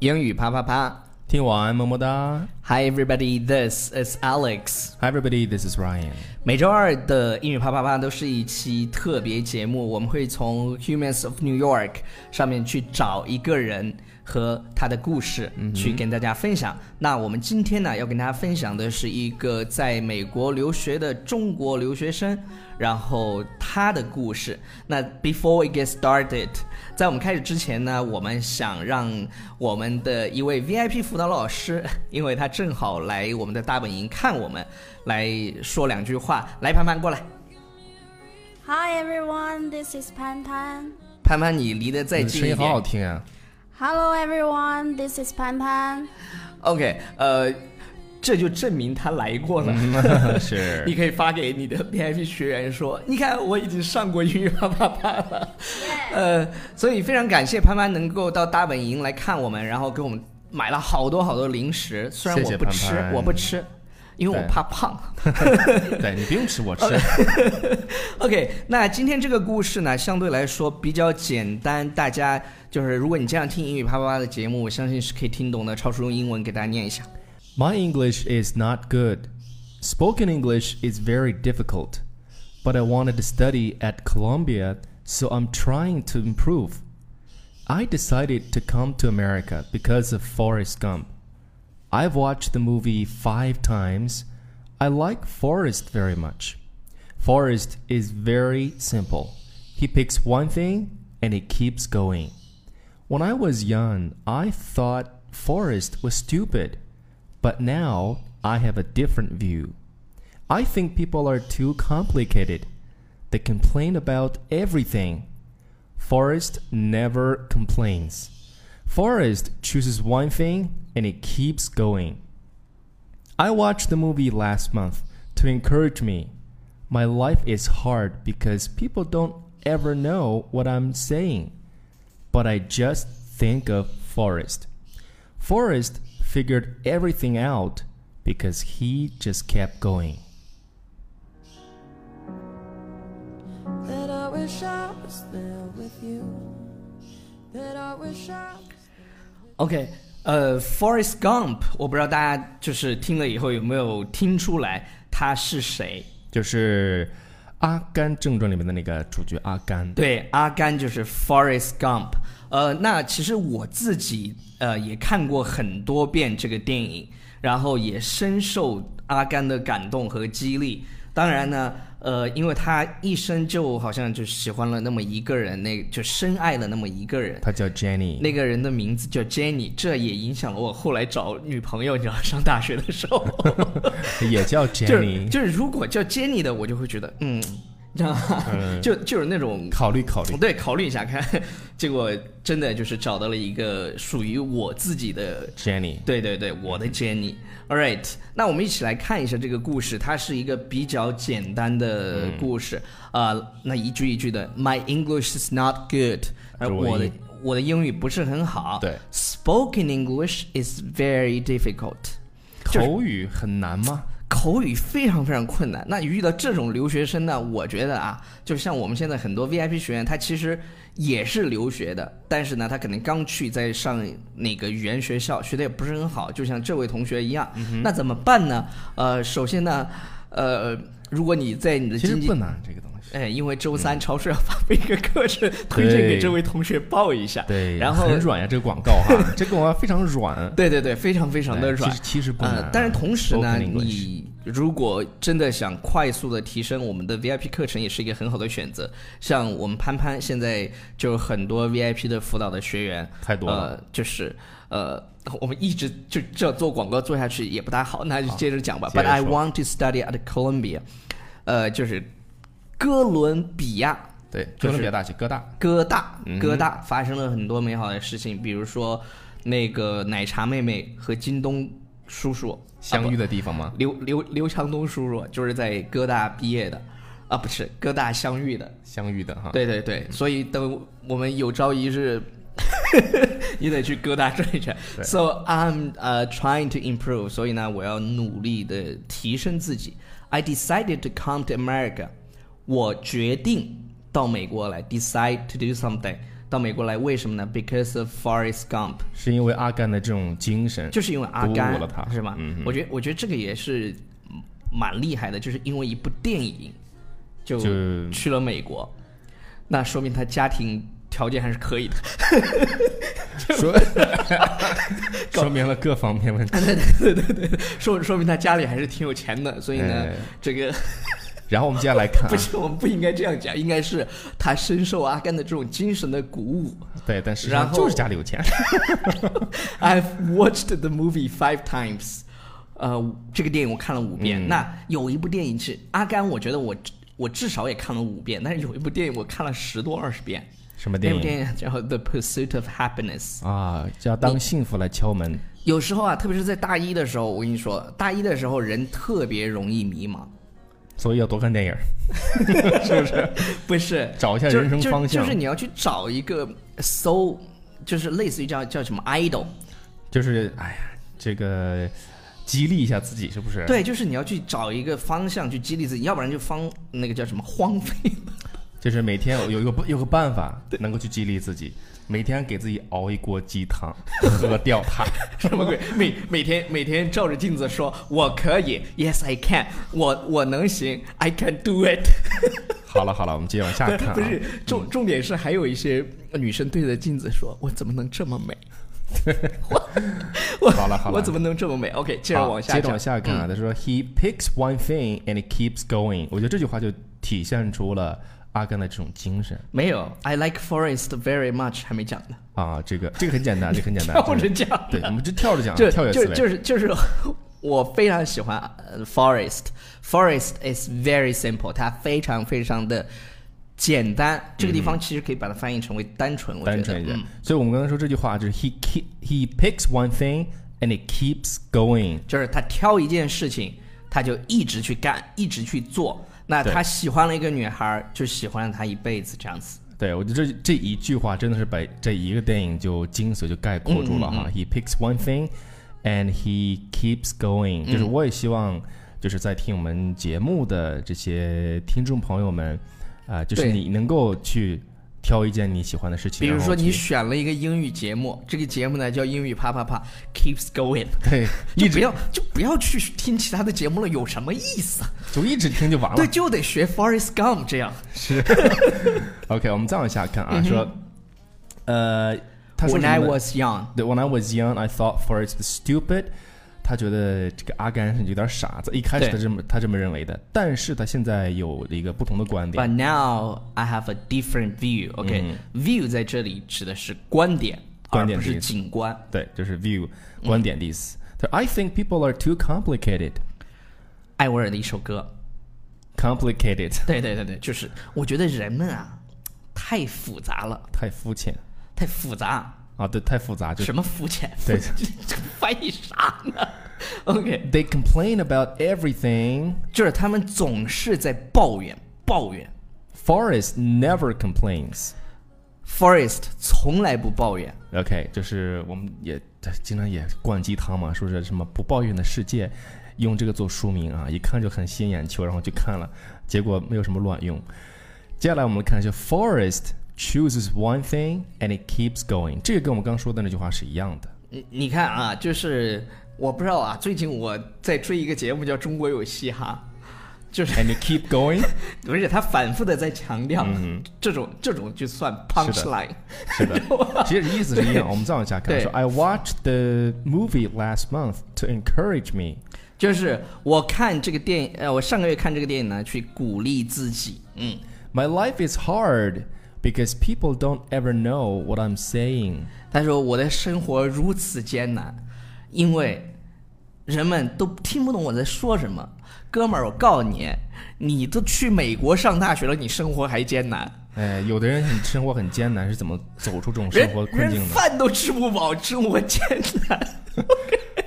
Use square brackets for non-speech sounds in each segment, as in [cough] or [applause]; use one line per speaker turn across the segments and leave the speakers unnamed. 英语啪啪啪
听晚安，么么哒。
！Hi everybody, this is Alex。
Hi everybody, this is Ryan。
每周二的英语啪啪啪都是一期特别节目，我们会从《Humans of New York》上面去找一个人和他的故事去跟大家分享。那我们今天呢，要跟大家分享的是一个在美国留学的中国留学生，然后他的故事。那 Before we get started，在我们开始之前呢，我们想让我们的一位 VIP 辅导老师，因为他正好来我们的大本营看我们。来说两句话。来，潘潘过来，
Hi everyone, this is Pan Pan.
潘潘你离得再
你的
近
声
一
音好好
点。
听 [laughs] 啊！
Hello everyone, this is Pan Pan.
OK，呃，这就证明他来过了。
嗯是
你可以发给你的 [laughs] VIP 学员说，你看我已经上过英语啪啪啪了。呃，所以非常感谢潘潘能够到大本营来看我们，然后给我们买了好多好多零食，虽然
谢
我
谢
不吃，
潘潘
我不吃，因为我
对
怕胖。 [laughs]
对你不用吃，我吃。
OK，那今天这个故事呢，相对来说比较简单，大家就是如果你这样听英语啪啪啪的节目，我相信是可以听懂的。超叔用英文给大家念一下。
My English is not good. Spoken English is very difficult. But I wanted to study at Columbia, so I'm trying to improve. I decided to come to America because of Forrest Gump. I've watched the movie five times. I like Forrest very much. Forrest is very simple. He picks one thing and he keeps going. When I was young, I thought Forrest was stupid, but now I have a different view. I think people are too complicated. They complain about everything. Forrest never complains. Forrest chooses one thing and it keeps going. I watched the movie last month to encourage me. My life is hard because people don't ever know what I'm saying but I just think of Forrest. Forrest figured everything out because he just kept going.
That I wish I was there with you. That I wish I was
OK，呃，Forrest Gump，我不知道大家就是听了以后有没有听出来他是谁？
就是《阿甘正传》里面的那个主角阿甘，
对，阿甘就是 Forrest Gump。呃，那其实我自己呃也看过很多遍这个电影，然后也深受阿甘的感动和激励。当然呢，呃，因为他一生就好像就喜欢了那么一个人，那就深爱了那么一个人。
他叫 Jenny。
那个人的名字叫 Jenny，这也影响了我后来找女朋友。你知道，上大学的时候，
也叫
就是
Jenny，
就是如果叫 Jenny 的，我就会觉得，
[laughs]
嗯，你知道吗？就就是那种
嗯考虑考虑。
对，考虑一下看，结果真的就是找到了一个属于我自己的，
Jenny，
对对对，我
嗯
的 Jenny。All right，那我们一起来看一下这个故事，它是一个比较简单的
嗯
故事啊、那一句一句的，My English is not good，呃
中文
我的
译
我的英语不是很好，
对
，Spoken English is very difficult。就是
口语很难吗？
口语非常非常困难。那遇到这种留学生呢，我觉得啊，就像我们现在很多 VIP 学员，他其实也是留学的，但是呢，他可能刚去在上那个语言学校，学的也不是很好，就像这位同学一样。
嗯
那怎么办呢？呃，首先呢，呃，如果你在你的
其实
经济
不嗯难，这个东西。
哎，因为周三超市要发 [laughs] 布一个课程，推荐给这位同学报一下。
对，
然后
很软呀，这个广告
[laughs]
哈，这个广告非常软，
对对对，非常非常的
对
软
其。实其实不
呃
难，，
但是同时呢，
Spoken 啊 English
你如果真的想快速的提升我们的 VIP 课程，也是一个很好的选择。像我们潘潘现在就有很多 VIP 的辅导的学员，
太多了
呃，就是呃，我们一直就这做广告做下去也不大好，那就接着讲吧。
接
But
着
I
说
want to study at Columbia，呃，就是哥伦比亚
对，
就是啊
哥伦比亚大学哥大，
哥大
嗯，哼
哥大发生了很多美好的事情，比如说那个奶茶妹妹和京东叔叔啊
相
遇。
遇的地方吗？
刘刘刘强东叔叔就是在哥大毕业的，啊，不是哥大相遇的。
相遇的哈，
对对对，所以等我们有朝一日， [laughs] 你得去哥大转一转。
对
So I'm 呃、trying to improve，所以呢，我要努力的提升自己。I decided to come to America，我决定到美国来。Decide to do something，到美国来，为什么呢？Because of Forrest Gump，
是因为阿甘的这种精神，
就是因为阿
鼓舞
甘
了他
是吧？
嗯哼
我觉得我觉得这个也是嗯蛮厉害的，就是因为一部电影就
就
去了美国，那说明他家庭条件还是可以的。 [laughs]
说 [laughs] 说明了各方面问
[laughs]
题。
说说明他家里还是挺有钱的，所以呢，
哎
这个 [laughs]
然后我们接下来看
不
啊，
是我们不应该这样讲，应该是他深受阿甘的这种精神的鼓舞。
对，但实际上
然后
就是家里有
[laughs]
钱。
I've watched the movie five times，呃，这个电影我看了五遍。
嗯
那有一部电影是阿甘，我觉得我我至少也看了五遍，但是有一部电影我看了十多二十遍。
什么
那
电
部
影
电影叫《The Pursuit of Happiness》。
啊？叫当幸福来敲门。
有时候啊，特别是在大一的时候，我跟你说，大一的时候人特别容易迷茫。
所以要多看电影，
不是
找一下人生方
就，
向
就，就是你要去找一个搜，就是类似于叫叫什么 idol，
就是哎呀，这个激励一下自己，是不是？，
对，就是你要去找一个方向去激励自己，要不然就方那个叫什么荒废。 [laughs]
就是每天有一个有个办法能够去激励自己，每天给自己熬一锅鸡汤，喝掉它。
[laughs] 什么鬼？每每天每天照着镜子说我可以，Yes I can，我我能行，I can do it。
好了好了，我们接着往下看、啊。
不是重重点是还有一些女生对着镜子说，我怎么能这么美？ [laughs] 我我
好了好了
我怎么能这么美？OK，接着
好
往下讲，嗯
接着往下看啊，他说 He picks one thing and it keeps going。我觉得这句话就体现出了阿甘的这种精神
没有，I like forest very much 还没讲呢，
啊。这个这个很简单，这个很简单。
[laughs] 跳着讲
对，我们就跳着讲，
就
啊跳跃
就
思维。
就是就是， [laughs] 我非常喜欢呃 forest。forest is very simple，它非常非常的简单。这个地方其实可以把它翻译成为单纯，我觉
嗯单
得。
纯一点
嗯。
所以我们刚才说这句话就是 he keep he picks one thing and it keeps going。
就是他挑一件事情，他就一直去干，一直去做。那
对
他喜欢了一个女孩，就喜欢了她一辈子这样子。
对我觉得这这一句话真的是把这一个电影就精髓就概括住了哈。He
嗯
picks one thing and he keeps going，、就是
嗯
我也希望就是在听我们节目的这些听众朋友们啊、就是
对
你能够去挑一件你喜欢的事情，
比如
然后
说你 [laughs]
去
选了一个英语节目，这个节目呢叫英语啪啪啪，keeps going，
对
就
一
不
直
要就不要去听其他的节目了，有什么意思啊？
就一直听就完了
对，。就得学 Forrest Gump 这样。
OK，我们再往下看啊，说呃，他说
嗯 When
什
I
么呢
was young，
对，When I was young, I thought Forrest was stupid。他觉得这个阿甘是有点傻子，一开始
对
他这么他这么认为的，但是他现在有了一个不同的观
But
点。
now I have a different view. OK，view、在这里指的是观点，
嗯观点
而不
的
是
意思
景观。
对，就是 view 观点的意思。他说 I think people are too complicated,
艾薇儿的一首歌，
complicated
对对对对，就是我觉得人们啊太复杂了，
太肤浅
太复杂，
啊，对，太复杂。就是
什么肤浅？
对
[laughs] 这翻译啥呢？OK，
They complain about everything.
就是他们总是在抱怨抱怨。
Forrest never complains.
Forest 从来不抱怨，
OK，就是我们也经常也灌鸡汤嘛，说是什么不抱怨的世界，用这个做书名啊，一看就很吸引眼球，然后就看了，结果没有什么卵用。接下来我们看一下，Forest chooses one thing and it keeps going，这个跟我们刚说的那句话是一样的。
你你看啊，就是我不知道啊，最近我在追一个节目叫《中国有嘻哈》，就是
And it keep going，
[laughs] 而且他反复的在强调、
嗯
这种这种就算
是
punch
的
line，[laughs]
是的，其实意思是一样。我们再往下看，
对
说 I watched the movie last month to encourage me。
就是我看这个电影，呃，我上个月看这个电影呢，去鼓励自己，嗯，
My life is hard because people don't ever know what I'm saying。
他说我的生活如此艰难，因为人们都听不懂我在说什么。哥们儿，我告诉你，你都去美国上大学了，你生活还艰难，
哎，有的人很生活很艰难，是怎么走出这种生
人
活困
人
境的？
饭都吃不饱，生活艰难。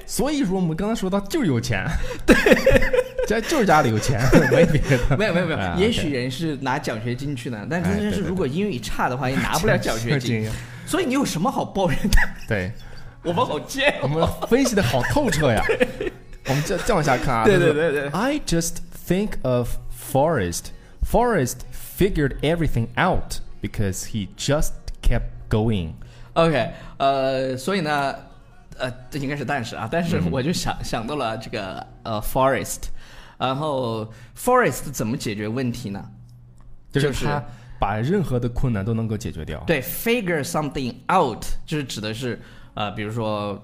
所以说我们刚才说到就是有钱，对， [laughs] 家就是家里有钱， [laughs] 没别
[laughs]
的。
没有没有没
哎
有，
，OK
也许人是拿奖学金去的，但
哎
真正
对
是
对
如果英语差的话，也拿不了奖学
就是这
金。
[laughs] 样
所以你有什么好抱怨的？
对，
我们好贱
我
哦。
们分析的好透彻呀。我们再再往下看啊，
对
他说
对对对
，I just think of Forrest. Forrest figured everything out because he just kept going.
OK，呃，所以呢，呃，这应该是但是啊，但
嗯
是我就想、想到了这个呃，forest，然后 forest 怎么解决问题呢？
就是
就是
他把任何的困难都能够解决掉。
对，figure something out 就是指的是呃，比如说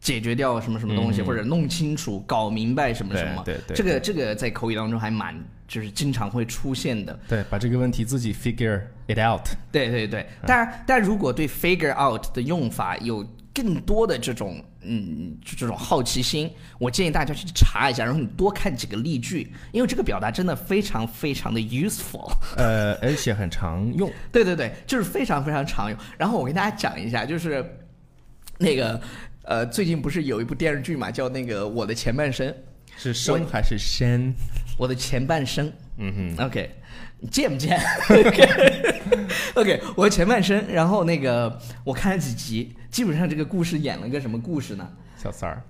解决掉什么什么东西，或者弄清楚、搞明白什么什么。
嗯对对对
这个这个在口语当中还蛮就是经常会出现的。
对，把这个问题自己 figure it out。
对对对，
嗯
但但如果对 figure out 的用法有更多的这种嗯就这种好奇心，我建议大家去查一下，然后你多看几个例句，因为这个表达真的非常非常的 useful。
呃，而且很常用。
对对对，就是非常非常常用。然后我跟大家讲一下，就是那个呃，最近不是有一部电视剧嘛，叫那个《我的前半生》，
是生还是身？
我的前半生。嗯哼，OK，你贱不贱？OK，OK，、我的前半生。然后那个我看了几集，基本上这个故事演了个什么故事呢？
小三儿，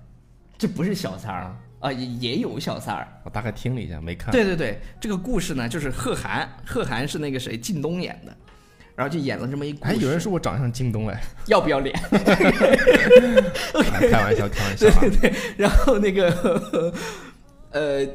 这不是小三儿啊、也也有小三儿。
我大概听了一下，没看。
对对对，这个故事呢，就是贺涵，贺涵是那个谁，靳东演的，然后就演了这么一故
哎，
事。
有人说我长得像京东哎，
要不要脸？
啊开玩笑，开玩笑啊。
然后那个，呃，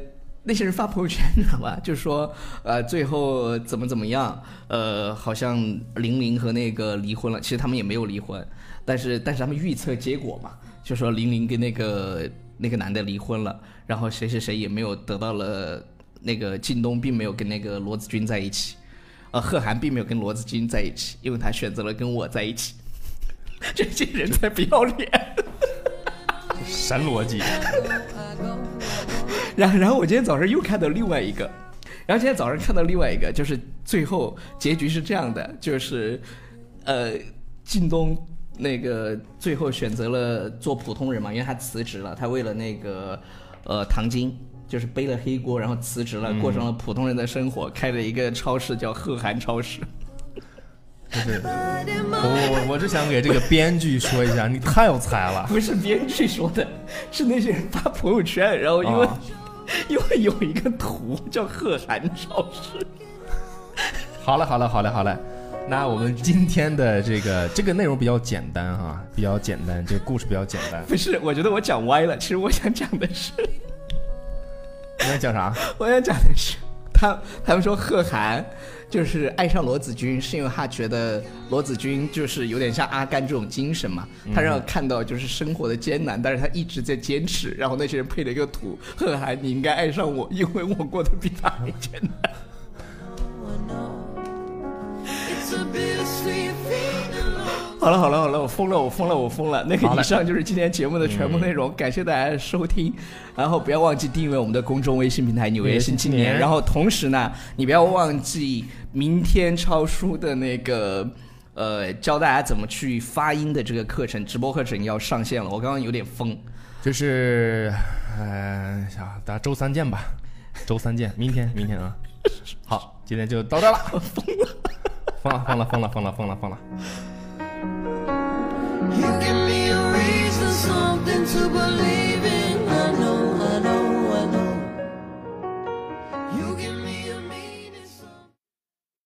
那些人发朋友圈，你知道吧？就说，呃，最后怎么怎么样，呃，好像玲玲和那个离婚了。其实他们也没有离婚，但是但是他们预测结果嘛，就说玲玲跟那个那个男的离婚了，然后谁谁谁也没有得到了那个靳东并没有跟那个罗子君在一起，呃，贺涵并没有跟罗子君在一起，因为他选择了跟我在一起。 [laughs] 这些人才不要脸。
神逻辑。
I go, I go.
然 [laughs] 然后我今天早上又看到另外一个，然后今天早上看到另外一个，就是最后结局是这样的，就是，呃，靳东那个最后选择了做普通人嘛，因为他辞职了，他为了那个呃唐晶。就是背了黑锅，然后辞职了，过上了普通人的生活，开了一个超市叫贺涵超市。 [laughs]
就是我我我只想给这个编剧说一下，你太有才了。
不是编剧说的，是那些人发朋友圈，然后因为、
啊
因为有一个图叫贺涵超市。
好嘞，好嘞，好嘞，好嘞。那我们今天的这个这个内容比较简单哈、比较简单，这个故事比较简
[laughs]
单。
不是，我觉得我讲歪了。其实我想讲的是， [laughs]
你想讲啥？
我想讲的是，他他们说贺涵就是爱上罗子君，是因为他觉得罗子君就是有点像阿甘这种精神嘛，他让我看到就是生活的艰难，但是他一直在坚持。然后那些人配了一个图，贺涵，你应该爱上我，因为我过得比他还艰难。
It's a bittersweet feeling.
[laughs] 好了好了好了，我疯了我疯了我疯了。那
好
个
嘞
以上就是今天节目的全部内容，感谢大家的收听，然后不要忘记订阅我们的公众微信平台《纽约新青
纽约
年
新青》，年
然后同时呢，你不要忘记明天超叔的那个。呃，教大家怎么去发音的这个课程，直播课程要上线了。我刚刚有点疯，
就是，呃，啥？大家周三见吧，周三见，明天，明天啊。好，今天就到这儿了。疯了，疯了，疯了，疯了，疯了，疯了。
You give me a reason, something to believe